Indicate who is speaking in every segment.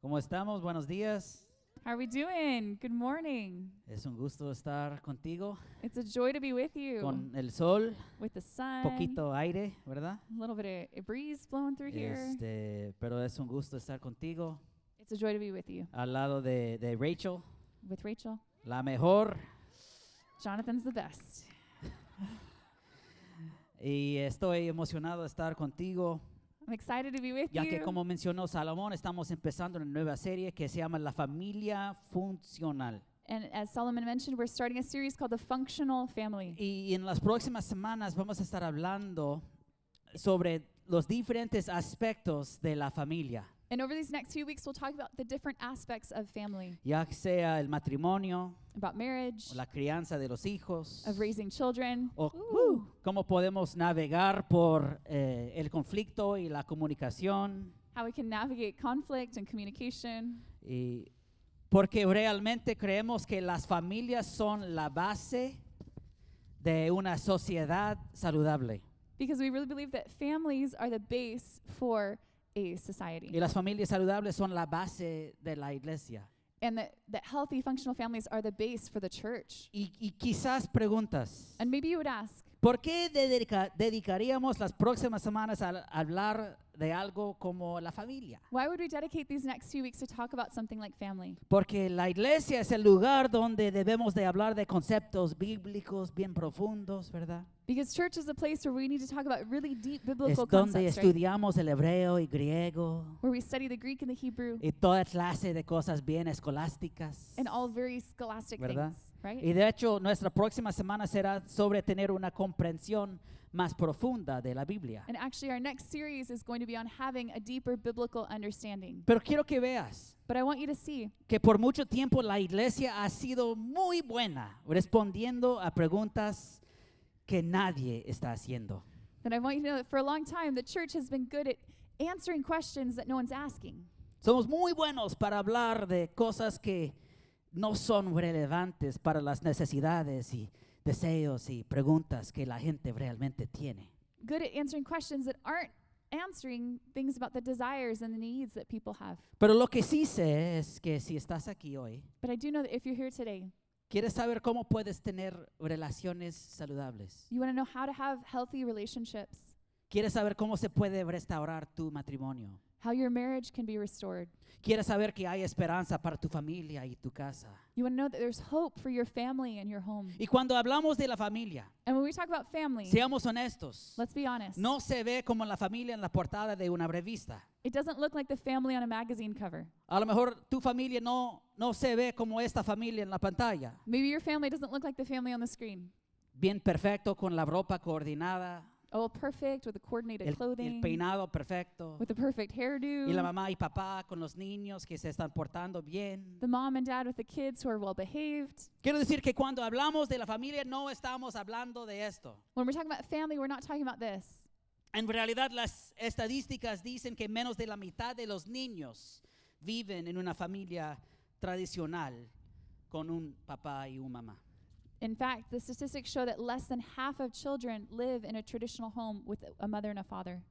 Speaker 1: ¿Cómo estamos? Buenos días.
Speaker 2: How are we doing? Good morning.
Speaker 1: Es un gusto estar contigo,
Speaker 2: It's a joy to be with you.
Speaker 1: con el sol,
Speaker 2: with the sun,
Speaker 1: poquito aire, ¿verdad?
Speaker 2: a little bit of a breeze blowing through here.
Speaker 1: Este, pero es un gusto estar contigo,
Speaker 2: It's a joy to be with you.
Speaker 1: al lado de, de Rachel,
Speaker 2: With Rachel,
Speaker 1: la mejor.
Speaker 2: Jonathan's the best.
Speaker 1: Y estoy emocionado de estar contigo,
Speaker 2: I'm excited to be with
Speaker 1: ya
Speaker 2: you.
Speaker 1: que como mencionó Salomón, estamos empezando una nueva serie que se llama La Familia Funcional.
Speaker 2: and as Solomon mentioned, we're starting a series called The Functional Family.
Speaker 1: Y en las próximas semanas vamos a estar hablando sobre los diferentes aspectos de la familia,
Speaker 2: And over these next few weeks, we'll talk about the different aspects of family,
Speaker 1: ya sea el matrimonio,
Speaker 2: about marriage,
Speaker 1: o la crianza de los hijos,
Speaker 2: of raising children,
Speaker 1: o uh,
Speaker 2: Ooh.
Speaker 1: cómo podemos navegar por eh, el conflicto y la comunicación,
Speaker 2: how we can navigate conflict and communication.
Speaker 1: y porque realmente creemos que las familias son la base de una sociedad saludable.
Speaker 2: Because we really believe that families are the base for a society.
Speaker 1: Y las familias saludables son la base de la iglesia.
Speaker 2: and that, that healthy functional families are the base for the church
Speaker 1: Y, y quizás preguntas,
Speaker 2: and maybe you would ask
Speaker 1: ¿por qué dedica- dedicaríamos las próximas semanas a hablar de algo como la familia?
Speaker 2: why would we dedicate these next few weeks to talk about something like family
Speaker 1: Porque la iglesia es el lugar donde debemos de hablar de conceptos bíblicos bien profundos, ¿verdad?
Speaker 2: because church is a place where we need to talk about really deep
Speaker 1: Es
Speaker 2: biblical
Speaker 1: donde
Speaker 2: concepts right?
Speaker 1: estudiamos el hebreo y griego
Speaker 2: where we study the greek and the hebrew
Speaker 1: y toda clase de cosas bien escolásticas.
Speaker 2: and all very scholastic
Speaker 1: ¿Verdad?
Speaker 2: things right
Speaker 1: Y de hecho, nuestra próxima semana será sobre tener una comprensión más profunda de la Biblia.
Speaker 2: and actually our next series is going to be on having a deeper biblical understanding
Speaker 1: Pero quiero que veas
Speaker 2: but i want you to see
Speaker 1: que por mucho tiempo la iglesia ha sido muy buena respondiendo a preguntas que nadie está haciendo.
Speaker 2: that i want you to know that for a long time the church has been good at answering questions that no one's asking
Speaker 1: Somos muy buenos para hablar de cosas que no son relevantes para las necesidades y deseos y preguntas que la gente realmente tiene.
Speaker 2: good at answering questions that aren't answering things about the desires and the needs that people have.
Speaker 1: Pero lo que sí sé es que si estás aquí hoy,
Speaker 2: But I do know that if you're here today,
Speaker 1: quieres saber cómo puedes tener relaciones saludables.
Speaker 2: you want to know how to have healthy relationships,
Speaker 1: Quieres saber cómo se puede restaurar tu matrimonio.
Speaker 2: how your marriage can be restored.
Speaker 1: Quieres saber que hay esperanza para tu familia y tu casa.
Speaker 2: You want to know that there's hope for your family and your home.
Speaker 1: Y cuando hablamos de la familia,
Speaker 2: And when we talk about family,
Speaker 1: seamos honestos,
Speaker 2: let's be honest.
Speaker 1: no se ve como la familia en la portada de una revista.
Speaker 2: It doesn't look like the family on a magazine cover.
Speaker 1: A lo mejor tu familia no, no se ve como esta familia en la pantalla.
Speaker 2: Maybe your family doesn't look like the family on the screen.
Speaker 1: Bien perfecto, con la ropa coordinada,
Speaker 2: Oh, perfect with the coordinated
Speaker 1: el, el
Speaker 2: clothing,
Speaker 1: peinado perfecto,
Speaker 2: with the perfect hairdo.
Speaker 1: y la mamá y papá con los niños que se están portando bien.
Speaker 2: The mom and dad with the kids who are well behaved.
Speaker 1: Quiero decir que cuando hablamos de la familia no estamos hablando de esto.
Speaker 2: When we're talking about family, we're not talking about this.
Speaker 1: En realidad las estadísticas dicen que menos de la mitad de los niños viven en una familia tradicional con un papá y una mamá.
Speaker 2: In fact, the statistics show that less than half of children live in a traditional home with a mother and a father.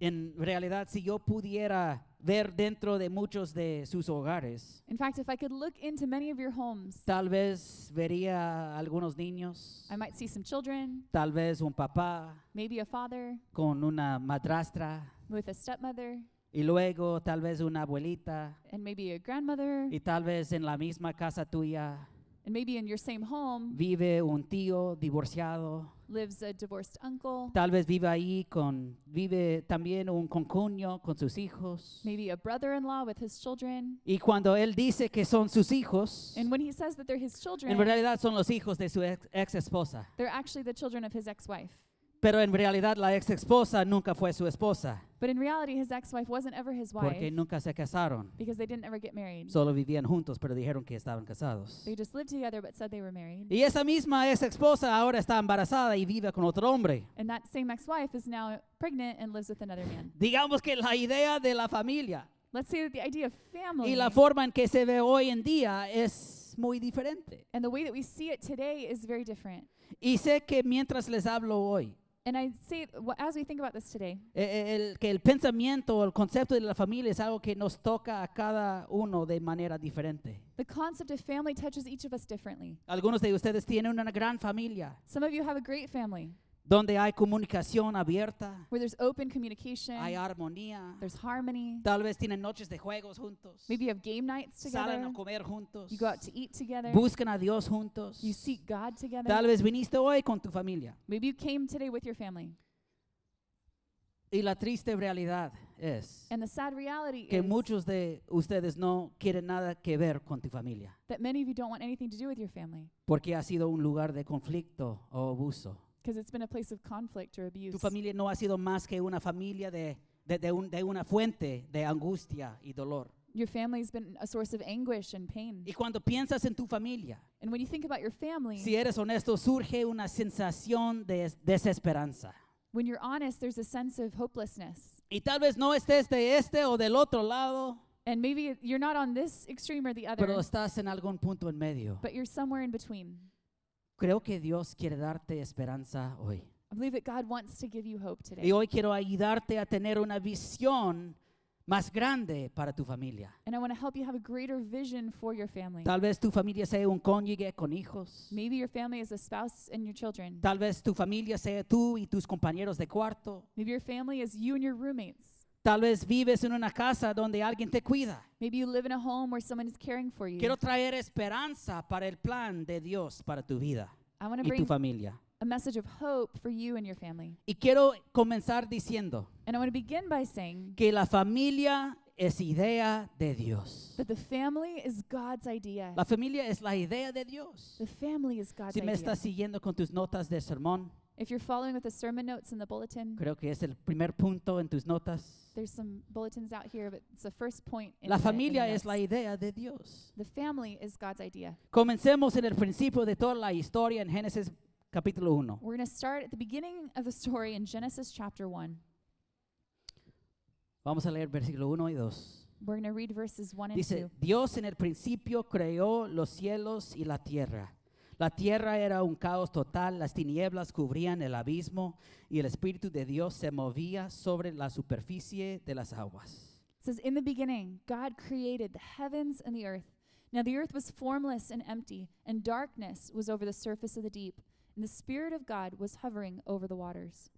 Speaker 1: En realidad, si yo pudiera ver dentro de muchos de sus hogares,
Speaker 2: In fact, if I could look into many of your homes,
Speaker 1: tal vez vería algunos niños,
Speaker 2: I might see some children,
Speaker 1: tal vez un papá
Speaker 2: maybe a father
Speaker 1: con una madrastra
Speaker 2: with a stepmother,
Speaker 1: y luego tal vez una abuelita
Speaker 2: and maybe a grandmother,
Speaker 1: y tal vez en la misma casa tuya
Speaker 2: and maybe in your same home
Speaker 1: vive un tío divorciado
Speaker 2: lives a divorced uncle,
Speaker 1: Tal vez vive ahí con, vive también un concuño con sus hijos.
Speaker 2: maybe a brother in law with his children.
Speaker 1: Y cuando él dice que son sus hijos,
Speaker 2: And when he says that they're his
Speaker 1: en
Speaker 2: children,
Speaker 1: realidad son los hijos de su ex, ex esposa.
Speaker 2: they're actually the children of his ex wife.
Speaker 1: Pero en realidad la ex esposa nunca fue su esposa,
Speaker 2: But in reality, his ex wife wasn't ever his
Speaker 1: porque
Speaker 2: wife
Speaker 1: nunca se casaron.
Speaker 2: because they didn't ever get married.
Speaker 1: Solo vivían juntos, pero dijeron que estaban casados.
Speaker 2: They just lived together but said they were married.
Speaker 1: Y esa misma ex esposa ahora está embarazada y vive con otro hombre.
Speaker 2: And that same ex wife is now pregnant and lives with another man.
Speaker 1: Digamos que la idea de la familia
Speaker 2: Let's say that the idea of family
Speaker 1: y la forma en que se ve hoy en día es muy diferente.
Speaker 2: and the way that we see it today is very different.
Speaker 1: Y sé que mientras les hablo hoy,
Speaker 2: And I say, wh- as we think about this today,
Speaker 1: Eh, eh, el- que el pensamiento, el concepto de la familia es algo que nos toca a cada uno de manera diferente.
Speaker 2: the concept of family touches each of us differently.
Speaker 1: Algunos de ustedes tienen una gran familia
Speaker 2: Some of you have a great family
Speaker 1: donde hay comunicación abierta,
Speaker 2: where there's open communication,
Speaker 1: hay armonía,
Speaker 2: there's harmony.
Speaker 1: tal vez tienen noches de juegos juntos,
Speaker 2: Maybe you have game nights
Speaker 1: salen
Speaker 2: together.
Speaker 1: a comer juntos,
Speaker 2: You go out to eat together.
Speaker 1: buscan a Dios juntos.
Speaker 2: You seek God together.
Speaker 1: Tal vez viniste hoy con tu familia.
Speaker 2: Maybe you came today with your family.
Speaker 1: Y la triste realidad es
Speaker 2: And the sad reality
Speaker 1: que
Speaker 2: is
Speaker 1: muchos de ustedes no quieren nada que ver con tu familia,
Speaker 2: that many of you don't want anything to do with your family
Speaker 1: porque ha sido un lugar de conflicto o abuso.
Speaker 2: because it's been a place of conflict or abuse.
Speaker 1: Tu familia no ha sido más que una familia de, de- de un- de una fuente de angustia y dolor.
Speaker 2: Your family's been a source of anguish and pain.
Speaker 1: Y cuando piensas en tu familia,
Speaker 2: And when you think about your family,
Speaker 1: si eres honesto, surge una sensación de es- desesperanza.
Speaker 2: when you're honest, there's a sense of hopelessness.
Speaker 1: Y tal vez no estés de este o del otro lado,
Speaker 2: And maybe it- you're not on this extreme or the other,
Speaker 1: pero estás en algún punto en medio.
Speaker 2: but you're somewhere in between.
Speaker 1: Creo que Dios quiere darte esperanza hoy.
Speaker 2: I believe that God wants to give you hope today.
Speaker 1: Y hoy quiero ayudarte a tener una visión más grande para tu familia.
Speaker 2: And I want to help you have a greater vision for your family.
Speaker 1: Tal vez tu familia sea un cónyuge con hijos.
Speaker 2: Maybe your family is a spouse and your children.
Speaker 1: Tal vez tu familia sea tú y tus compañeros de cuarto.
Speaker 2: Maybe your family is you and your roommates.
Speaker 1: Tal vez vives en una casa donde alguien te cuida.
Speaker 2: Maybe you live in a home where someone is caring for you.
Speaker 1: Quiero traer esperanza para el plan de Dios para tu vida
Speaker 2: I want to
Speaker 1: y tu
Speaker 2: bring
Speaker 1: familia.
Speaker 2: a message of hope for you and your family.
Speaker 1: Y quiero comenzar diciendo
Speaker 2: And I want to begin by saying
Speaker 1: que la familia es idea de Dios.
Speaker 2: that the family is God's idea.
Speaker 1: La familia es la idea de Dios.
Speaker 2: The family is God's
Speaker 1: Si me
Speaker 2: idea.
Speaker 1: estás siguiendo con tus notas de sermón,
Speaker 2: If you're following with the sermon notes in the bulletin,
Speaker 1: creo que es el primer punto en tus notas.
Speaker 2: there's some bulletins out here, but it's the first point. In
Speaker 1: La
Speaker 2: the- in the
Speaker 1: familia es la
Speaker 2: notes.
Speaker 1: idea de Dios.
Speaker 2: The family is God's idea.
Speaker 1: Comencemos en el principio de toda la historia en Génesis capítulo 1.
Speaker 2: We're going to start at the beginning of the story in Genesis chapter 1.
Speaker 1: Vamos a leer versículo 1 y 2.
Speaker 2: We're going to read verses 1 and
Speaker 1: Dice,
Speaker 2: 2.
Speaker 1: Dios en el principio creó los cielos y la tierra. La tierra era un caos total, las tinieblas cubrían el abismo y el Espíritu de Dios se movía sobre la superficie de las aguas.
Speaker 2: It says, In the beginning, God created the heavens and the earth. Now the earth was formless and empty, and darkness was over the surface of the deep, and the Spirit of God was hovering over the waters.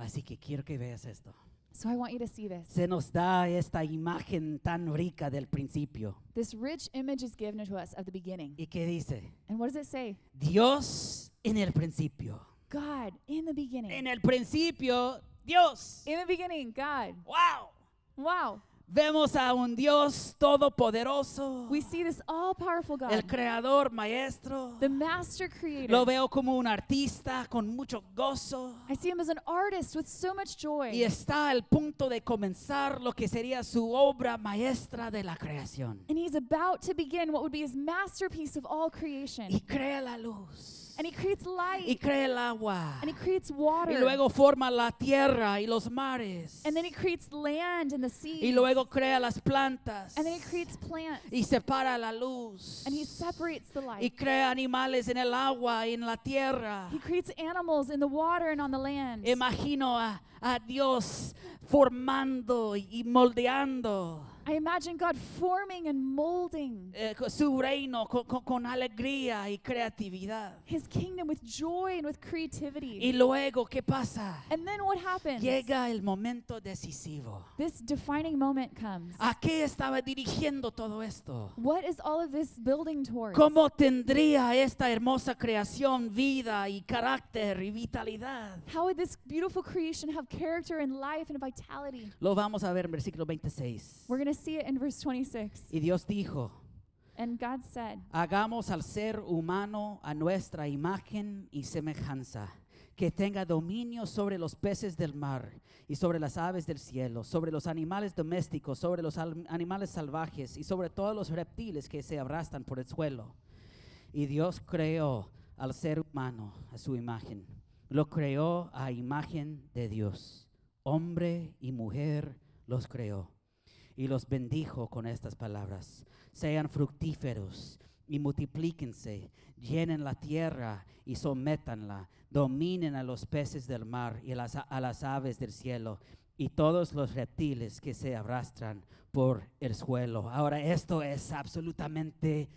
Speaker 1: Así que quiero que veas esto.
Speaker 2: So I want you to see this.
Speaker 1: Se nos da esta imagen tan rica del principio.
Speaker 2: This rich image is given to us of the beginning.
Speaker 1: ¿Y qué dice?
Speaker 2: And what does it say?
Speaker 1: Dios en el principio.
Speaker 2: God, in the
Speaker 1: En
Speaker 2: beginning.
Speaker 1: el principio, Dios.
Speaker 2: In the beginning, God.
Speaker 1: ¡Wow!
Speaker 2: Wow.
Speaker 1: Vemos a un Dios todopoderoso,
Speaker 2: We see this all powerful
Speaker 1: el
Speaker 2: God,
Speaker 1: creador maestro.
Speaker 2: the master creator.
Speaker 1: Lo veo como un artista con mucho gozo.
Speaker 2: I see him as an artist with so much
Speaker 1: Y
Speaker 2: joy.
Speaker 1: está al punto de comenzar lo que sería su obra maestra de la creación.
Speaker 2: And he's about to begin what would be his masterpiece of all creation.
Speaker 1: Y crea la luz.
Speaker 2: And he creates light.
Speaker 1: Y crea el agua.
Speaker 2: and he creates water.
Speaker 1: Y luego forma la tierra y los mares.
Speaker 2: and then he creates land and the sea.
Speaker 1: Y luego crea las plantas.
Speaker 2: and then he creates plants.
Speaker 1: Y separa la luz.
Speaker 2: and he separates the
Speaker 1: Y
Speaker 2: light.
Speaker 1: crea animales en el agua y en la tierra.
Speaker 2: He creates animals in the water and on the land.
Speaker 1: Imagino a, a Dios formando y moldeando
Speaker 2: I imagine God forming and molding
Speaker 1: eh, co- su reino co- co- con, alegría y creatividad.
Speaker 2: his kingdom with joy and with creativity.
Speaker 1: Y luego, ¿qué pasa?
Speaker 2: and then what happens?
Speaker 1: Llega el momento decisivo.
Speaker 2: This defining moment comes.
Speaker 1: ¿A qué estaba dirigiendo todo esto?
Speaker 2: what is all of this building towards?
Speaker 1: ¿Cómo tendría esta hermosa creación vida y carácter y vitalidad?
Speaker 2: How would this beautiful creation have character and life and vitality?
Speaker 1: Lo vamos a ver en versículo 26.
Speaker 2: We're going to see it in verse 26.
Speaker 1: Y Dios dijo,
Speaker 2: And God said,
Speaker 1: Hagamos al ser humano a nuestra imagen y semejanza, que tenga dominio sobre los peces del mar y sobre las aves del cielo, sobre los animales domésticos, sobre los al- animales salvajes y sobre todos los reptiles que se arrastran por el suelo. Y Dios creó al ser humano a su imagen. Lo creó a imagen de Dios. Hombre y mujer los creó. Y los bendijo con estas palabras. Sean fructíferos, y multiplíquense, llenen la tierra y sométanla, dominen a los peces del mar y a las, a las aves del cielo y todos los reptiles que se arrastran por el suelo. Ahora esto es absolutamente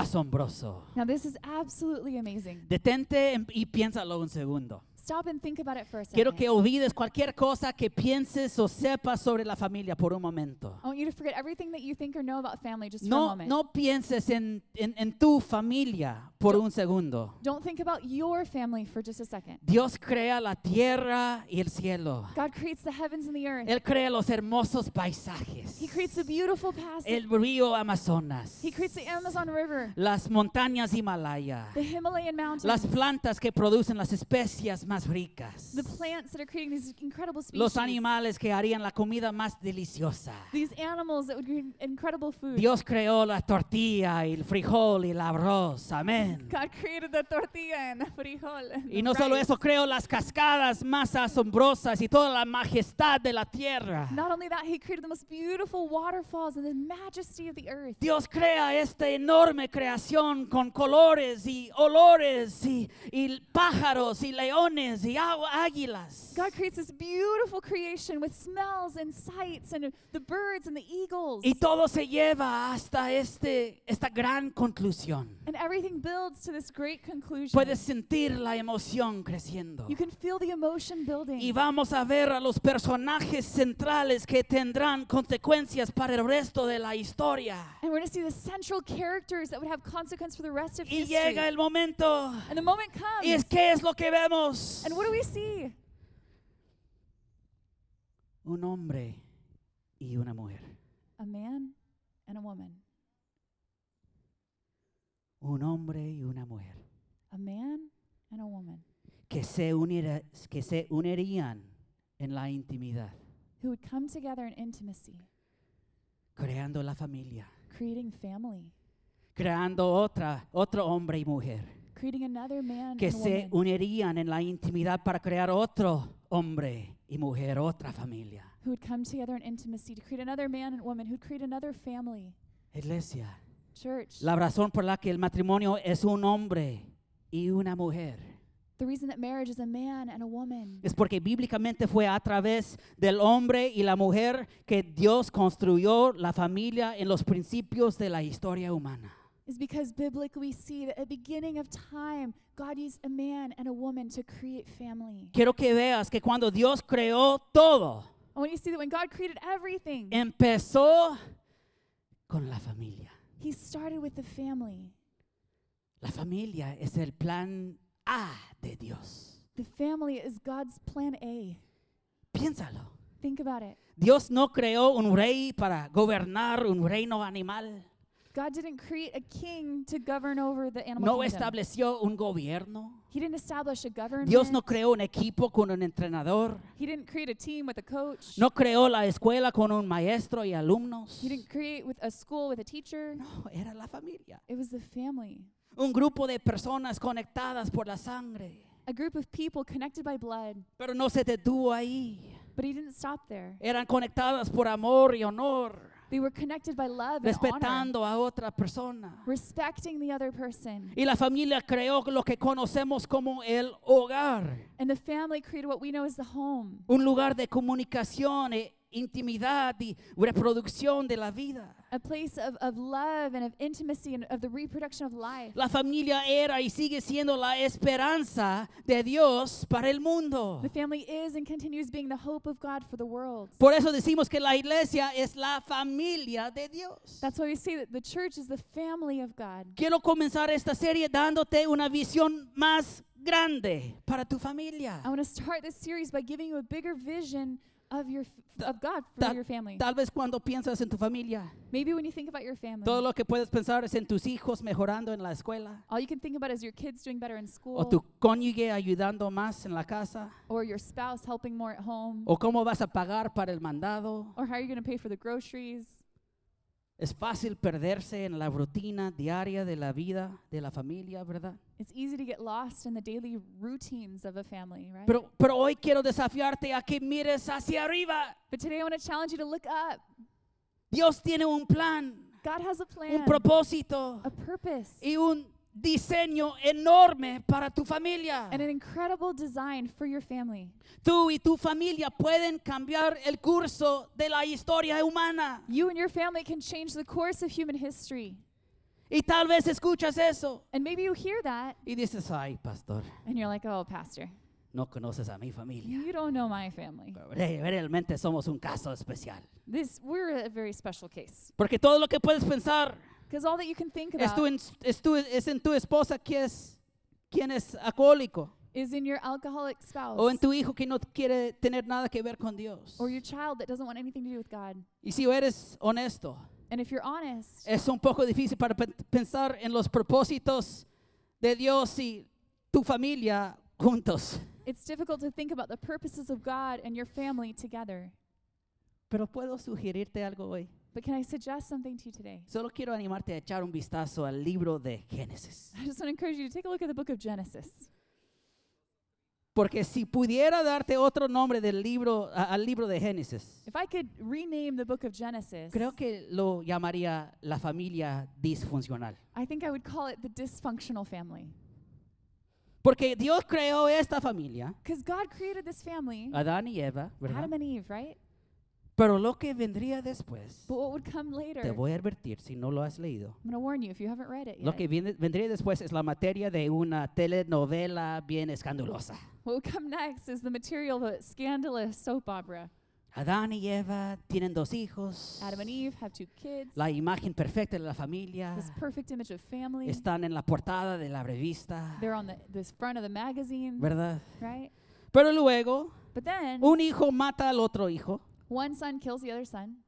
Speaker 1: asombroso.
Speaker 2: Now, this is absolutely amazing.
Speaker 1: Detente en- y piénsalo un segundo.
Speaker 2: Stop and think about it for a second.
Speaker 1: Quiero que olvides cualquier cosa que pienses o sepas sobre la familia por un momento.
Speaker 2: I want you to forget everything that you think or know about family just for a
Speaker 1: No,
Speaker 2: moment.
Speaker 1: no pienses en, en- en tu familia por un segundo.
Speaker 2: Don't think about your family for just a second.
Speaker 1: Dios crea la tierra y el cielo.
Speaker 2: God creates the heavens and the earth.
Speaker 1: Él crea los hermosos paisajes.
Speaker 2: He creates the beautiful passage.
Speaker 1: El río Amazonas.
Speaker 2: He creates the Amazon River,
Speaker 1: Las montañas Himalaya.
Speaker 2: the Himalayan mountains,
Speaker 1: Las plantas que producen las especias más ricas.
Speaker 2: the plants that are creating these incredible species.
Speaker 1: Los animales que harían la comida más deliciosa.
Speaker 2: These animals that would create incredible food.
Speaker 1: Dios creó la tortilla, el frijol y el arroz. Amén.
Speaker 2: God created the tortilla and the frijol. And
Speaker 1: Y
Speaker 2: the
Speaker 1: no solo
Speaker 2: rice.
Speaker 1: eso, creó las cascadas más asombrosas y toda la majestad de la tierra.
Speaker 2: Not only that, He created the most beautiful waterfalls and the majesty of the earth.
Speaker 1: Dios crea esta enorme creación con colores y olores y, y pájaros y leones y agua- águilas.
Speaker 2: God creates this beautiful creation with smells and sights and the birds and the eagles.
Speaker 1: Y todo se lleva hasta este, esta gran conclusión.
Speaker 2: And everything builds to this great conclusion.
Speaker 1: Puedes sentir la emoción creciendo.
Speaker 2: You can feel the emotion building.
Speaker 1: Y vamos a ver a los personajes centrales que tendrán consecuencias para el resto de la historia.
Speaker 2: And we're going to see the central characters that would have consequence for the rest of
Speaker 1: Y
Speaker 2: history.
Speaker 1: llega el momento.
Speaker 2: and the moment comes.
Speaker 1: ¿Y es qué es lo que vemos?
Speaker 2: And what do we see?
Speaker 1: Un hombre y una mujer.
Speaker 2: A man and a woman.
Speaker 1: Un hombre y una mujer
Speaker 2: A man and a woman
Speaker 1: que se, unirá- que se unirían en la intimidad,
Speaker 2: who would come together in intimacy,
Speaker 1: creando la familia,
Speaker 2: creating family,
Speaker 1: creando otra, otro hombre y mujer.
Speaker 2: creating another man
Speaker 1: que
Speaker 2: and
Speaker 1: se
Speaker 2: woman
Speaker 1: unirían en la intimidad para crear otro hombre y mujer, otra familia.
Speaker 2: who would come together in intimacy to create another man and woman who'd create another family,
Speaker 1: Iglesia,
Speaker 2: church.
Speaker 1: la razón por la que el matrimonio es un hombre y una mujer
Speaker 2: the reason that marriage is a man and a woman
Speaker 1: es porque bíblicamente fue a través del hombre y la mujer que Dios construyó la familia en los principios de la historia humana.
Speaker 2: is because biblically we see that at the beginning of time, God used a man and a woman to create family.
Speaker 1: Quiero que veas que cuando Dios creó todo,
Speaker 2: I want you to see that when God created everything,
Speaker 1: empezó con la familia.
Speaker 2: He started with the family.
Speaker 1: La familia es el plan A de Dios.
Speaker 2: The family is God's plan A.
Speaker 1: Piénsalo.
Speaker 2: Think about it.
Speaker 1: Dios no creó un rey para gobernar un reino animal.
Speaker 2: God didn't create a king to govern over the animal
Speaker 1: No
Speaker 2: kingdom.
Speaker 1: estableció un gobierno.
Speaker 2: He didn't establish a government.
Speaker 1: Dios no creó un equipo con un entrenador.
Speaker 2: he didn't create a team with a coach.
Speaker 1: No creó la escuela con un maestro y alumnos.
Speaker 2: He didn't create with a school with a teacher.
Speaker 1: No, era la familia.
Speaker 2: It was the family,
Speaker 1: Un grupo de personas conectadas por la sangre.
Speaker 2: a group of people connected by blood.
Speaker 1: Pero no se detuvo ahí.
Speaker 2: But he didn't stop there.
Speaker 1: Eran conectadas por amor y honor,
Speaker 2: They were connected by love and honor,
Speaker 1: respetando a otra persona.
Speaker 2: respecting the other person.
Speaker 1: Y la familia creó lo que conocemos como el hogar,
Speaker 2: And the family created what we know as the home,
Speaker 1: un lugar de comunicación, e intimidad y reproducción de la vida.
Speaker 2: a place of, of love and of intimacy and of the reproduction of life.
Speaker 1: La familia era y sigue siendo la esperanza de Dios para el mundo.
Speaker 2: The family is and continues being the hope of God for the world.
Speaker 1: Por eso decimos que la iglesia es la familia de Dios.
Speaker 2: That's why we say that the church is the family of God.
Speaker 1: Quiero comenzar esta serie dándote una visión más grande para tu familia.
Speaker 2: I want to start this series by giving you a bigger vision of your f- of God for
Speaker 1: Ta-
Speaker 2: your family.
Speaker 1: Tal vez cuando piensas en tu familia,
Speaker 2: Maybe when you think about your family,
Speaker 1: todo lo que puedes pensar es en tus hijos mejorando en la escuela.
Speaker 2: all you can think about is your kids doing better in school,
Speaker 1: o tu cónyuge ayudando más en la casa,
Speaker 2: or your spouse helping more at home,
Speaker 1: o cómo vas a pagar para el mandado.
Speaker 2: or how you're going to pay for the groceries.
Speaker 1: Es fácil perderse en la rutina diaria de la vida de la familia, ¿verdad?
Speaker 2: It's easy to get lost in the daily routines of a family, right?
Speaker 1: Pero, pero hoy quiero desafiarte a que mires hacia arriba.
Speaker 2: but today I want to challenge you to look up.
Speaker 1: Dios tiene un plan.
Speaker 2: God has a plan,
Speaker 1: un propósito
Speaker 2: a purpose,
Speaker 1: y un diseño enorme para tu familia.
Speaker 2: and an incredible design for your family.
Speaker 1: Tú y tu familia pueden cambiar el curso de la historia humana.
Speaker 2: You and your family can change the course of human history.
Speaker 1: Y tal vez escuchas eso
Speaker 2: And maybe you hear that
Speaker 1: y dices, ay, pastor,
Speaker 2: and you're like, oh, Pastor,
Speaker 1: no conoces a mi familia.
Speaker 2: you don't know my family.
Speaker 1: Pero re- realmente somos un caso especial.
Speaker 2: This We're a very special case.
Speaker 1: Porque todo lo que puedes pensar
Speaker 2: Because all that you can think
Speaker 1: es,
Speaker 2: about
Speaker 1: tu, en- es tu- es en tu esposa que es, quien es alcohólico
Speaker 2: is in your alcoholic spouse
Speaker 1: o en tu hijo que no quiere tener nada que ver con Dios.
Speaker 2: or your child that doesn't want anything to do with God.
Speaker 1: Y si eres honesto,
Speaker 2: And if you're honest,
Speaker 1: es un poco difícil para pen- pensar en los propósitos de Dios y tu familia juntos.
Speaker 2: it's difficult to think about the purposes of God and your family together.
Speaker 1: Pero puedo sugerirte algo hoy.
Speaker 2: But can I suggest something to you today?
Speaker 1: Solo quiero animarte a echar un vistazo al libro de Génesis.
Speaker 2: I just want to encourage you to take a look at the book of Genesis.
Speaker 1: Porque si pudiera darte otro nombre del libro, a- al libro de Génesis,
Speaker 2: If I could rename the book of Genesis,
Speaker 1: creo que lo llamaría la familia disfuncional.
Speaker 2: I think I would call it the dysfunctional family.
Speaker 1: Porque Dios creó esta familia,
Speaker 2: Because God created this family,
Speaker 1: Adán y Eva, ¿verdad?
Speaker 2: Adam and Eve, right?
Speaker 1: Pero lo que vendría después,
Speaker 2: But what would come later?
Speaker 1: te voy a advertir si no lo has leído.
Speaker 2: I'm going to warn you if you haven't read it
Speaker 1: Lo
Speaker 2: yet.
Speaker 1: que viene- vendría después es la materia de una telenovela bien escandalosa.
Speaker 2: What would come next is the material of a scandalous soap opera.
Speaker 1: Adán y Eva tienen dos hijos.
Speaker 2: Adam and Eve have two kids.
Speaker 1: La imagen perfecta de la familia.
Speaker 2: this perfect image of family.
Speaker 1: Están en la portada de la revista,
Speaker 2: They're on the this front of the magazine,
Speaker 1: ¿verdad?
Speaker 2: right?
Speaker 1: Pero luego,
Speaker 2: But then
Speaker 1: un hijo mata al otro hijo.
Speaker 2: one son kills the other son,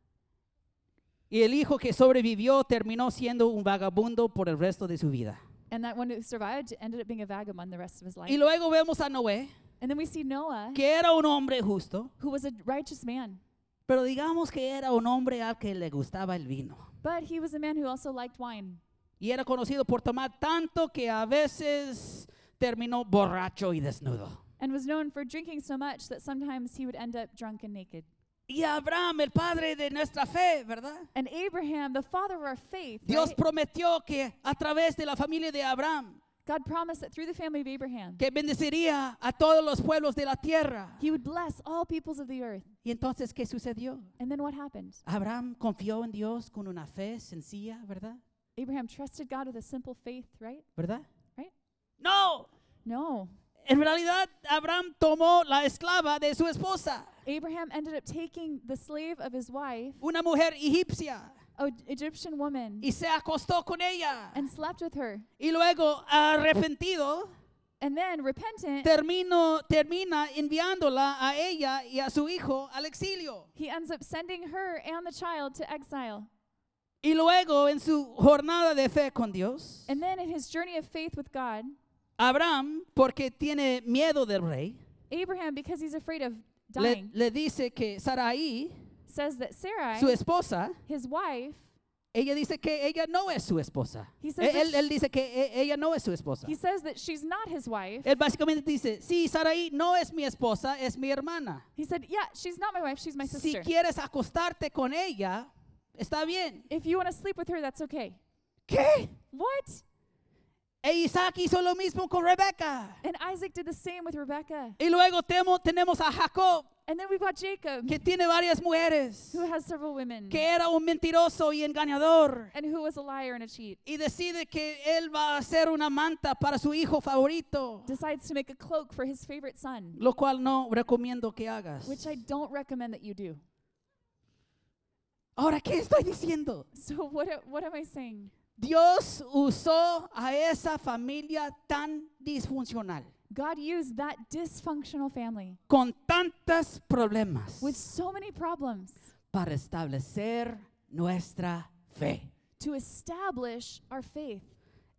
Speaker 1: Y el hijo que sobrevivió terminó siendo un vagabundo por el resto de su vida.
Speaker 2: and that one who survived ended up being a vagabond the rest of his life.
Speaker 1: Y luego vemos a Noé,
Speaker 2: and then we see Noah,
Speaker 1: que era un hombre justo,
Speaker 2: who was a righteous man,
Speaker 1: pero digamos que era un hombre al que le gustaba el vino.
Speaker 2: but he was a man who also liked wine.
Speaker 1: Y era conocido por tomar tanto que a veces terminó borracho y desnudo.
Speaker 2: And was known for drinking so much that sometimes he would end up drunk and naked.
Speaker 1: Y Abraham, el padre de nuestra fe, ¿verdad?
Speaker 2: And Abraham, the father of our faith,
Speaker 1: Dios
Speaker 2: right?
Speaker 1: prometió que a través de la familia de Abraham,
Speaker 2: God promised that through the family of Abraham,
Speaker 1: que bendeciría a todos los pueblos de la tierra.
Speaker 2: he would bless all peoples of the earth.
Speaker 1: Y entonces, ¿qué sucedió?
Speaker 2: And then what happened?
Speaker 1: Abraham confió en Dios con una fe sencilla, ¿verdad?
Speaker 2: Abraham trusted God with a simple faith, right?
Speaker 1: ¿Verdad?
Speaker 2: Right.
Speaker 1: No,
Speaker 2: No.
Speaker 1: en realidad Abraham tomó la esclava de su esposa,
Speaker 2: Abraham ended up taking the slave of his wife,
Speaker 1: una mujer egipcia,
Speaker 2: an Egyptian woman,
Speaker 1: y se acostó con ella.
Speaker 2: and slept with her.
Speaker 1: Y luego, arrepentido,
Speaker 2: And then, repentant,
Speaker 1: termino, termina enviándola a ella y a su hijo al exilio.
Speaker 2: he ends up sending her and the child to exile.
Speaker 1: Y luego, en su jornada de fe con Dios,
Speaker 2: And then, in his journey of faith with God,
Speaker 1: Abraham, porque tiene miedo del rey,
Speaker 2: Abraham, because he's afraid of
Speaker 1: le,
Speaker 2: dying,
Speaker 1: le dice que Sarai,
Speaker 2: says that Sarai,
Speaker 1: su esposa,
Speaker 2: his wife,
Speaker 1: ella dice que ella no es su esposa.
Speaker 2: He
Speaker 1: Él,
Speaker 2: says that
Speaker 1: él- él
Speaker 2: she-
Speaker 1: dice que e- ella no es su esposa.
Speaker 2: he says that she's not his wife.
Speaker 1: Él básicamente dice, sí, Sarai no es mi esposa, es mi hermana.
Speaker 2: He said, Yeah, she's not my wife, she's my
Speaker 1: Si
Speaker 2: sister.
Speaker 1: quieres acostarte con ella, está bien.
Speaker 2: If you want to sleep with her, that's okay.
Speaker 1: ¿Qué?
Speaker 2: What?
Speaker 1: E Isaac hizo lo mismo con Rebeca.
Speaker 2: And Isaac did the same with Rebecca.
Speaker 1: Y luego temo- tenemos a Jacob,
Speaker 2: And then we've got Jacob,
Speaker 1: que tiene varias mujeres,
Speaker 2: who has several women,
Speaker 1: que era un mentiroso y engañador.
Speaker 2: and who was a liar and a cheat,
Speaker 1: Y decide que él va a hacer una manta para su hijo favorito,
Speaker 2: decides to make a cloak for his favorite son,
Speaker 1: lo cual no recomiendo que hagas.
Speaker 2: which I don't recommend that you do.
Speaker 1: Ahora, ¿qué estoy diciendo?
Speaker 2: So, what, a- what am I saying?
Speaker 1: Dios usó a esa familia tan disfuncional,
Speaker 2: God used that dysfunctional family
Speaker 1: con tantos problemas,
Speaker 2: with so many problems
Speaker 1: para establecer nuestra fe.
Speaker 2: to establish our faith.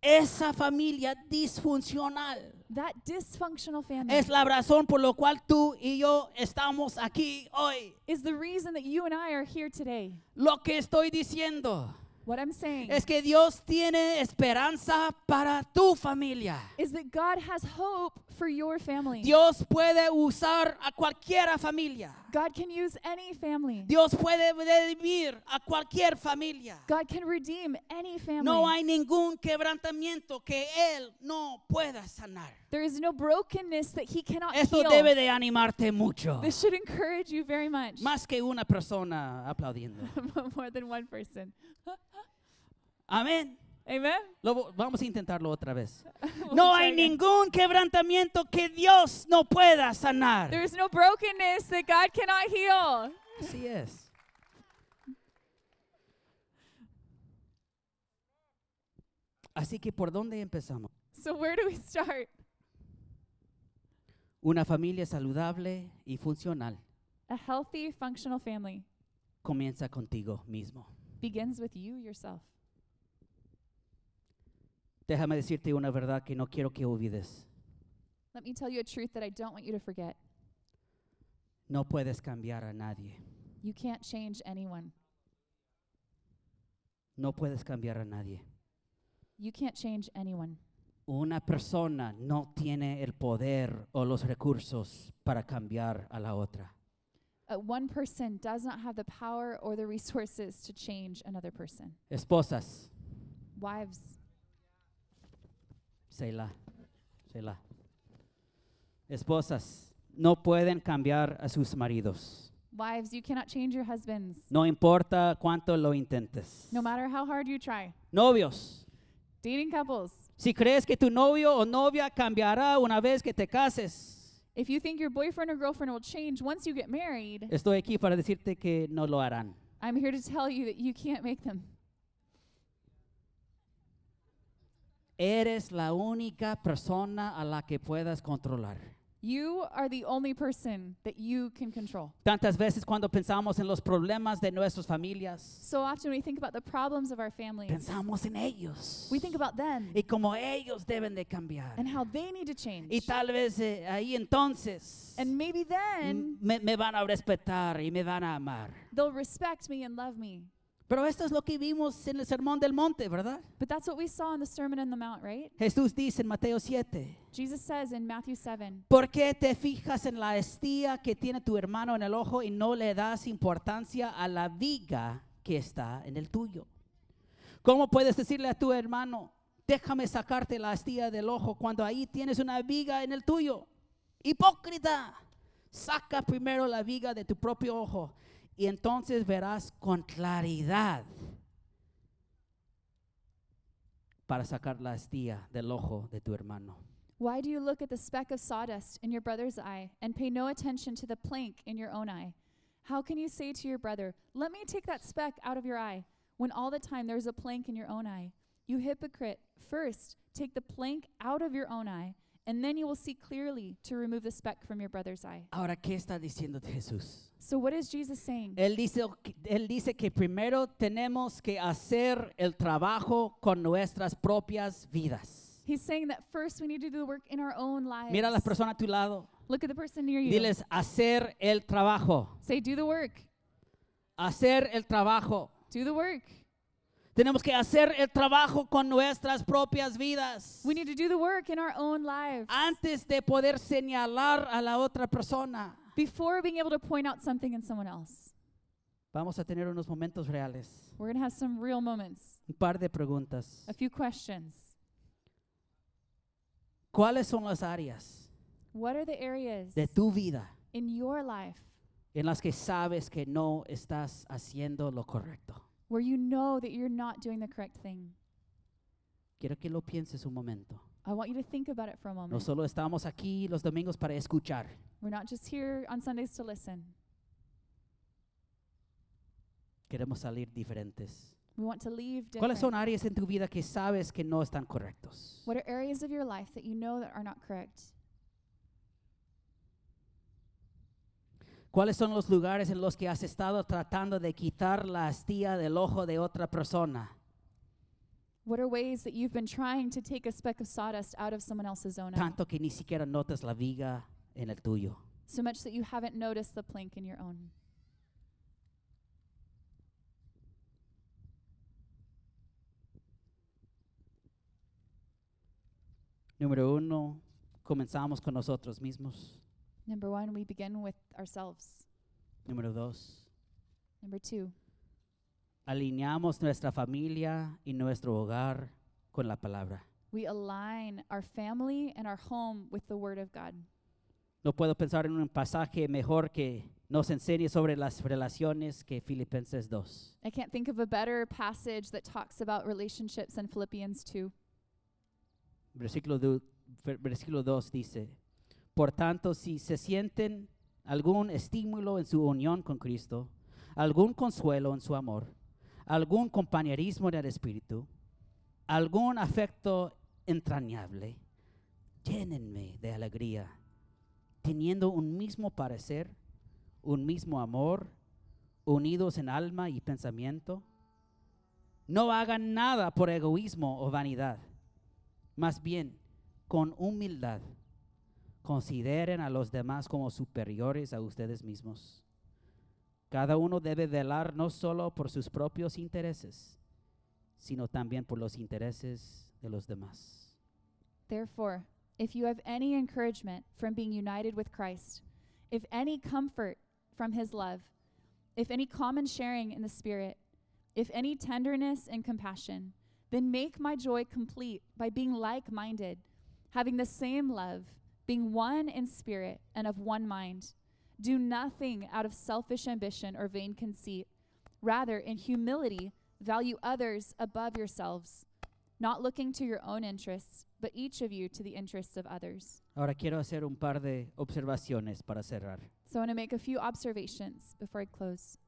Speaker 1: Esa familia disfuncional
Speaker 2: That dysfunctional family
Speaker 1: es la razón por la cual tú y yo estamos aquí hoy.
Speaker 2: is the reason that you and I are here today.
Speaker 1: Lo que estoy diciendo
Speaker 2: What I'm saying
Speaker 1: es que Dios tiene esperanza para tu familia.
Speaker 2: is that God has hope for your family.
Speaker 1: Dios puede usar a cualquiera familia.
Speaker 2: God can use any family.
Speaker 1: Dios puede redimir a cualquier familia.
Speaker 2: God can redeem any family.
Speaker 1: No hay ningún quebrantamiento que Él no pueda sanar.
Speaker 2: There is no brokenness that He cannot
Speaker 1: Esto
Speaker 2: heal.
Speaker 1: debe de animarte mucho.
Speaker 2: This should encourage you very much.
Speaker 1: Más que una persona aplaudiendo.
Speaker 2: More than one person.
Speaker 1: Amén.
Speaker 2: Amen.
Speaker 1: Lo vo- vamos a intentarlo otra vez. No hay ningún quebrantamiento que Dios no pueda
Speaker 2: There
Speaker 1: sanar.
Speaker 2: is no brokenness that God cannot heal.
Speaker 1: Así es. Así que ¿por dónde empezamos?
Speaker 2: So where do we start?
Speaker 1: Una familia saludable y funcional
Speaker 2: A healthy, functional family
Speaker 1: comienza contigo mismo.
Speaker 2: begins with you yourself.
Speaker 1: Déjame decirte una verdad que no quiero que olvides.
Speaker 2: Let me tell you a truth that I don't want you to forget.
Speaker 1: No puedes cambiar a nadie.
Speaker 2: You can't change anyone.
Speaker 1: No puedes cambiar a nadie.
Speaker 2: You can't change anyone.
Speaker 1: Una persona no tiene el poder o los recursos para cambiar a la otra.
Speaker 2: Uh, one person does not have the power or the resources to change another person.
Speaker 1: Esposas,
Speaker 2: Wives,
Speaker 1: Selah, Selah. Esposas no pueden cambiar a sus maridos.
Speaker 2: wives, you cannot change your husbands,
Speaker 1: No importa cuánto lo intentes.
Speaker 2: no matter how hard you try.
Speaker 1: Novios,
Speaker 2: Dating couples,
Speaker 1: si crees que tu novio o novia cambiará una vez que te cases,
Speaker 2: if you think your boyfriend or girlfriend will change once you get married,
Speaker 1: estoy aquí para decirte que no lo harán.
Speaker 2: I'm here to tell you that you can't make them.
Speaker 1: Eres la única persona a la que puedas controlar.
Speaker 2: You are the only person that you can control.
Speaker 1: Tantas veces cuando pensamos en los problemas de nuestras familias,
Speaker 2: So often we think about the problems of our families,
Speaker 1: pensamos en ellos
Speaker 2: we think about them
Speaker 1: y como ellos deben de cambiar.
Speaker 2: and how they need to change.
Speaker 1: Y tal vez eh, ahí entonces
Speaker 2: And maybe then
Speaker 1: me, me van a respetar y me van a amar.
Speaker 2: they'll respect me and love me.
Speaker 1: Pero esto es lo que vimos en el Sermón del Monte, ¿verdad?
Speaker 2: But that's what we saw in the Sermon on the Mount, right?
Speaker 1: Jesús dice en Mateo 7,
Speaker 2: Jesus says in Matthew 7,
Speaker 1: ¿por qué te fijas en la estía que tiene tu hermano en el ojo y no le das importancia a la viga que está en el tuyo? ¿Cómo puedes decirle a tu hermano, déjame sacarte la estía del ojo cuando ahí tienes una viga en el tuyo? Hipócrita, saca primero la viga de tu propio ojo y entonces verás con claridad para sacar la estía del ojo de tu hermano.
Speaker 2: Why do you look at the speck of sawdust in your brother's eye and pay no attention to the plank in your own eye? How can you say to your brother, Let me take that speck out of your eye, when all the time there is a plank in your own eye? You hypocrite, first take the plank out of your own eye, and then you will see clearly to remove the speck from your brother's eye.
Speaker 1: Ahora, ¿qué está diciendo Jesús?
Speaker 2: So, what is Jesus saying?
Speaker 1: Él dice, él dice que primero tenemos que hacer el trabajo con nuestras propias vidas.
Speaker 2: He's saying that first we need to do the work in our own lives.
Speaker 1: Mira a las personas a tu lado.
Speaker 2: Look at the person near you.
Speaker 1: Diles, hacer el trabajo.
Speaker 2: Say, Do the work.
Speaker 1: Hacer el trabajo.
Speaker 2: Do the work.
Speaker 1: Tenemos que hacer el trabajo con nuestras propias vidas.
Speaker 2: We need to do the work in our own lives.
Speaker 1: Antes de poder señalar a la otra persona.
Speaker 2: before being able to point out something in someone else.
Speaker 1: Vamos a tener unos momentos reales.
Speaker 2: We're going to have some real moments,
Speaker 1: Un par de preguntas.
Speaker 2: a few questions.
Speaker 1: ¿Cuáles son las áreas
Speaker 2: What are the areas
Speaker 1: de tu vida
Speaker 2: in your life
Speaker 1: en las que sabes que no estás haciendo lo correcto.
Speaker 2: where you know that you're not doing the correct thing?
Speaker 1: Quiero que lo pienses un momento.
Speaker 2: I want you to think about it for a moment.
Speaker 1: No solo estamos aquí los domingos para escuchar.
Speaker 2: We're not just here on Sundays to listen.
Speaker 1: Queremos salir diferentes.
Speaker 2: We want to leave different.
Speaker 1: ¿Cuáles son áreas en tu vida que sabes que no están correctos?
Speaker 2: what are areas of your life that you know that are not correct?
Speaker 1: ¿Cuáles son los lugares en los que has estado tratando de quitar la astilla del ojo de otra persona
Speaker 2: What are ways that you've been trying to take a speck of sawdust out of someone else's own eye
Speaker 1: tanto que ni siquiera notas la viga en el tuyo?
Speaker 2: so much that you haven't noticed the plank in your own?
Speaker 1: Número uno, comenzamos con nosotros mismos.
Speaker 2: Number one, we begin with ourselves.
Speaker 1: Número dos,
Speaker 2: Number two,
Speaker 1: alineamos nuestra familia y nuestro hogar con la palabra.
Speaker 2: we align our family and our home with the Word of God.
Speaker 1: No puedo pensar en un pasaje mejor que nos enseñe sobre las relaciones que Filipenses 2.
Speaker 2: I can't think of a better passage that talks about relationships than Philippians 2.
Speaker 1: Versículo, du- ver- versículo 2 dice, por tanto, si se sienten algún estímulo en su unión con Cristo, algún consuelo en su amor, algún compañerismo en el Espíritu, algún afecto entrañable, llénenme de alegría, teniendo un mismo parecer, un mismo amor, unidos en alma y pensamiento. No hagan nada por egoísmo o vanidad. Más bien, con humildad, consideren a los demás como superiores a ustedes mismos. Cada uno debe velar no solo por sus propios intereses, sino también por los intereses de los demás.
Speaker 2: Therefore, if you have any encouragement from being united with Christ, if any comfort from his love, if any common sharing in the Spirit, if any tenderness and compassion, then make my joy complete by being like minded, having the same love, being one in spirit and of one mind. Do nothing out of selfish ambition or vain conceit. Rather, in humility, value others above yourselves not looking to your own interests, but each of you to the interests of others.
Speaker 1: Ahora quiero hacer un par de observaciones para cerrar.
Speaker 2: So I want to make a few observations before I close.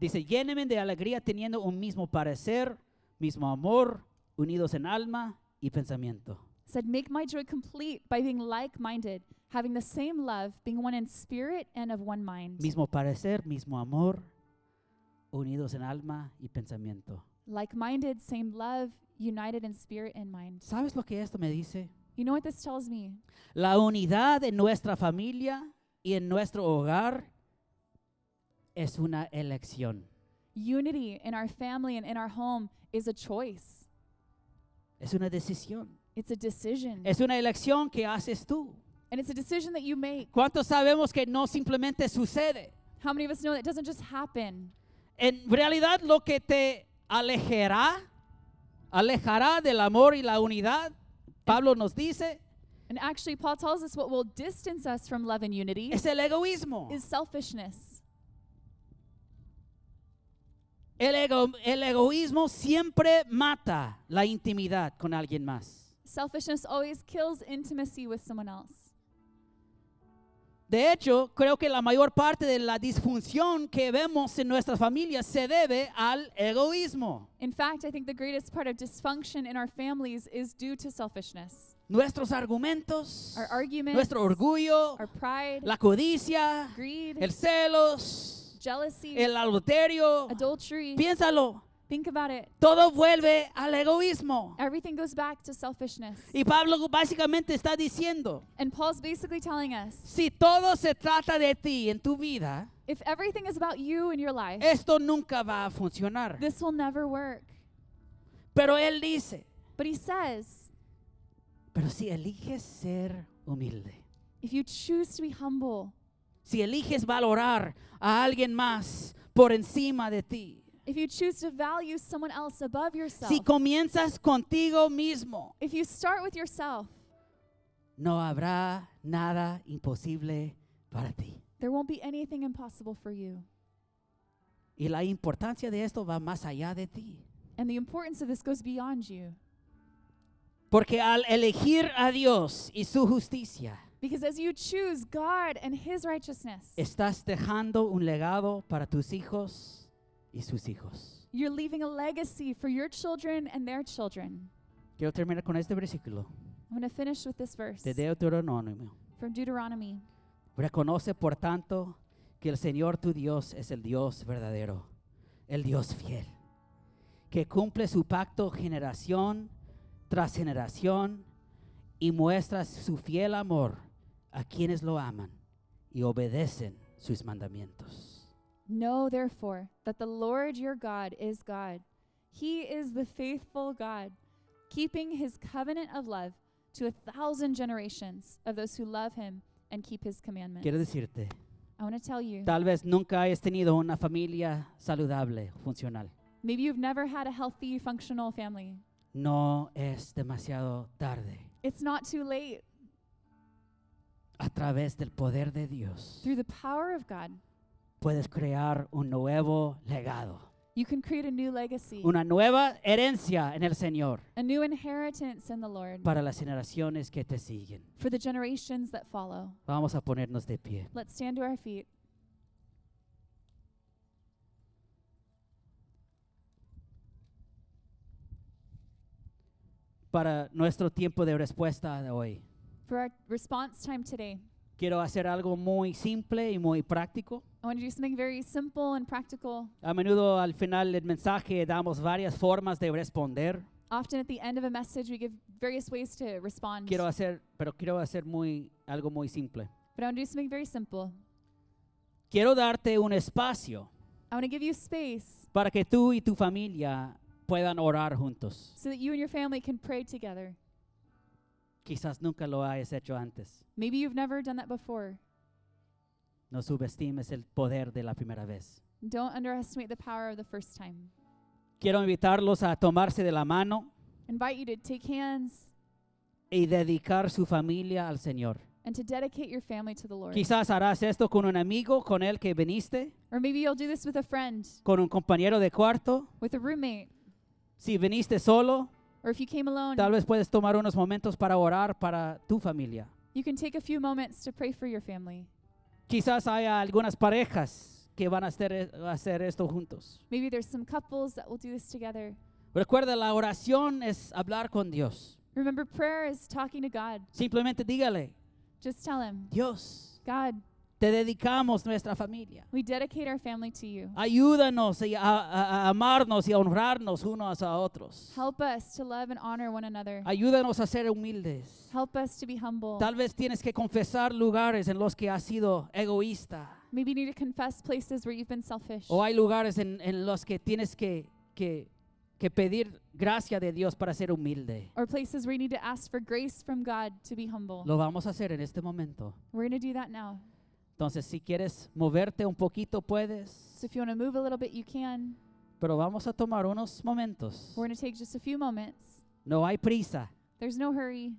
Speaker 1: Dice, llénenme de alegría teniendo un mismo parecer, mismo amor, unidos en alma y pensamiento.
Speaker 2: It said, Make my joy complete by being like minded, having the same love, being one in spirit and of one mind.
Speaker 1: Mismo parecer, mismo amor, unidos en alma y pensamiento.
Speaker 2: Like minded, same love, united in spirit and mind.
Speaker 1: ¿Sabes lo que esto me dice?
Speaker 2: You know what this tells me?
Speaker 1: La unidad en nuestra familia y en nuestro hogar es una elección,
Speaker 2: Unity in our family and in our home is a choice,
Speaker 1: es una decisión.
Speaker 2: it's a decision.
Speaker 1: Es una elección que haces tú.
Speaker 2: and it's a decision that you make.
Speaker 1: ¿Cuántos sabemos que no simplemente sucede?
Speaker 2: How many of us know that doesn't just happen?
Speaker 1: En realidad lo que te alejará, alejará del amor y la unidad, Pablo nos dice,
Speaker 2: And actually, Paul tells us what will distance us from love and unity
Speaker 1: es el egoísmo.
Speaker 2: is selfishness.
Speaker 1: El, ego- el egoísmo siempre mata la intimidad con alguien más.
Speaker 2: Selfishness always kills intimacy with someone else.
Speaker 1: De hecho, creo que la mayor parte de la disfunción que vemos en nuestras familias se debe al egoísmo.
Speaker 2: In fact, I think the greatest part of dysfunction in our families is due to selfishness.
Speaker 1: Nuestros argumentos,
Speaker 2: Our arguments,
Speaker 1: nuestro orgullo,
Speaker 2: Our pride,
Speaker 1: la codicia,
Speaker 2: greed,
Speaker 1: el celos,
Speaker 2: jealousy,
Speaker 1: el adulterio.
Speaker 2: adultery.
Speaker 1: Piénsalo,
Speaker 2: Think about it.
Speaker 1: todo vuelve al egoísmo.
Speaker 2: Everything goes back to selfishness.
Speaker 1: Y Pablo básicamente está diciendo,
Speaker 2: And Paul's basically telling us
Speaker 1: si todo se trata de ti en tu vida,
Speaker 2: if everything is about you and your life,
Speaker 1: esto nunca va a funcionar.
Speaker 2: this will never work.
Speaker 1: Pero él dice,
Speaker 2: But he says,
Speaker 1: pero si eliges ser humilde,
Speaker 2: if you choose to be humble,
Speaker 1: Si eliges valorar a alguien más por encima de ti,
Speaker 2: If you choose to value someone else above yourself,
Speaker 1: si comienzas contigo mismo,
Speaker 2: if you start with yourself,
Speaker 1: no habrá nada imposible para ti.
Speaker 2: there won't be anything impossible for you.
Speaker 1: Y la importancia de esto va más allá de ti.
Speaker 2: And the importance of this goes beyond you.
Speaker 1: Porque al elegir a Dios y su justicia,
Speaker 2: Because as you choose God and His righteousness,
Speaker 1: estás dejando un legado para tus hijos y sus hijos.
Speaker 2: you're leaving a legacy for your children and their children.
Speaker 1: Quiero terminar con este versículo
Speaker 2: I'm going to finish with this verse
Speaker 1: de Deuteronomio.
Speaker 2: from Deuteronomy.
Speaker 1: Reconoce, por tanto, que el Señor tu Dios es el Dios verdadero, el Dios fiel, que cumple su pacto generación tras generación y muestra su fiel amor a quienes lo aman y obedecen sus mandamientos.
Speaker 2: Know therefore that the Lord your God is God. He is the faithful God, keeping his covenant of love to a thousand generations of those who love him and keep his commandments.
Speaker 1: Quiero decirte,
Speaker 2: I want to tell you,
Speaker 1: tal vez nunca hayas tenido una familia saludable, funcional.
Speaker 2: maybe you've never had a healthy, functional family.
Speaker 1: No es demasiado tarde.
Speaker 2: It's not too late.
Speaker 1: A través del poder de Dios
Speaker 2: Through the power of God,
Speaker 1: puedes crear un nuevo legado,
Speaker 2: you can create a new legacy,
Speaker 1: una nueva herencia en el Señor
Speaker 2: a new inheritance in the Lord
Speaker 1: para las generaciones que te siguen.
Speaker 2: for the generations that follow.
Speaker 1: Vamos a ponernos de pie.
Speaker 2: Let's stand to our feet.
Speaker 1: Para nuestro tiempo de respuesta de hoy,
Speaker 2: For our response time today,
Speaker 1: quiero hacer algo muy simple y muy práctico.
Speaker 2: I want to do something very simple and practical.
Speaker 1: A menudo al final del mensaje damos varias formas de responder.
Speaker 2: Often at the end of a message, we give various ways to respond.
Speaker 1: Quiero hacer, pero quiero hacer muy, algo muy simple.
Speaker 2: But I want to do something very simple.
Speaker 1: Quiero darte un espacio
Speaker 2: I want to give you space
Speaker 1: para que tú y tu familia puedan orar juntos.
Speaker 2: so that you and your family can pray together.
Speaker 1: Quizás nunca lo hayas hecho antes.
Speaker 2: Maybe you've never done that before.
Speaker 1: No subestimes el poder de la primera vez.
Speaker 2: Don't underestimate the power of the first time.
Speaker 1: Quiero invitarlos a tomarse de la mano
Speaker 2: Invite you to take hands
Speaker 1: y dedicar su familia al Señor.
Speaker 2: and to dedicate your family to the Lord.
Speaker 1: Quizás harás esto con un amigo con el que viniste,
Speaker 2: Or maybe you'll do this with a friend,
Speaker 1: con un compañero de cuarto.
Speaker 2: with a roommate,
Speaker 1: Si viniste solo,
Speaker 2: or if you came alone,
Speaker 1: tal vez puedes tomar unos momentos para orar para tu familia.
Speaker 2: you can take a few moments to pray for your family.
Speaker 1: Quizás haya algunas parejas que van a hacer, hacer esto juntos.
Speaker 2: Maybe there's some couples that will do this together.
Speaker 1: Recuerda, la oración es hablar con Dios.
Speaker 2: Remember, prayer is talking to God.
Speaker 1: Simplemente dígale,
Speaker 2: Just tell Him,
Speaker 1: Dios,
Speaker 2: God,
Speaker 1: te dedicamos nuestra familia.
Speaker 2: we dedicate our family to you.
Speaker 1: Ayúdanos y a, a- a amarnos y a honrarnos unos a otros.
Speaker 2: Help us to love and honor one another.
Speaker 1: Ayúdanos a ser humildes.
Speaker 2: Help us to be humble.
Speaker 1: Tal vez tienes que confesar lugares en los que has sido egoísta.
Speaker 2: Maybe you need to confess places where you've been selfish.
Speaker 1: O hay lugares en, en los que tienes que, que, que pedir gracia de Dios para ser humilde.
Speaker 2: or places where you need to ask for grace from God to be humble.
Speaker 1: Lo vamos a hacer en este momento.
Speaker 2: We're going to do that now.
Speaker 1: Entonces, si quieres moverte un poquito, puedes.
Speaker 2: So if you want to move a little bit, you can.
Speaker 1: Pero vamos a tomar unos momentos.
Speaker 2: We're going to take just a few moments.
Speaker 1: No hay prisa.
Speaker 2: There's no hurry.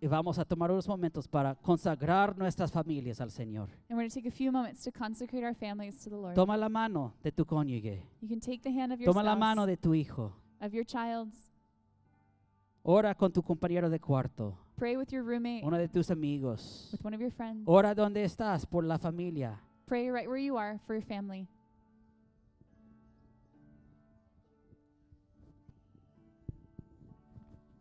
Speaker 1: Y vamos a tomar unos momentos para consagrar nuestras familias al Señor.
Speaker 2: And we're going to take a few moments to consecrate our families to the Lord.
Speaker 1: Toma la mano de tu cónyuge.
Speaker 2: You can take the hand of your
Speaker 1: Toma la
Speaker 2: spouse,
Speaker 1: mano de tu hijo.
Speaker 2: of your child.
Speaker 1: Ora con tu compañero de cuarto,
Speaker 2: Pray with your roommate,
Speaker 1: uno de tus amigos. Oh.
Speaker 2: with one of your friends.
Speaker 1: Ora donde estás por la familia.
Speaker 2: Pray right where you are for your family.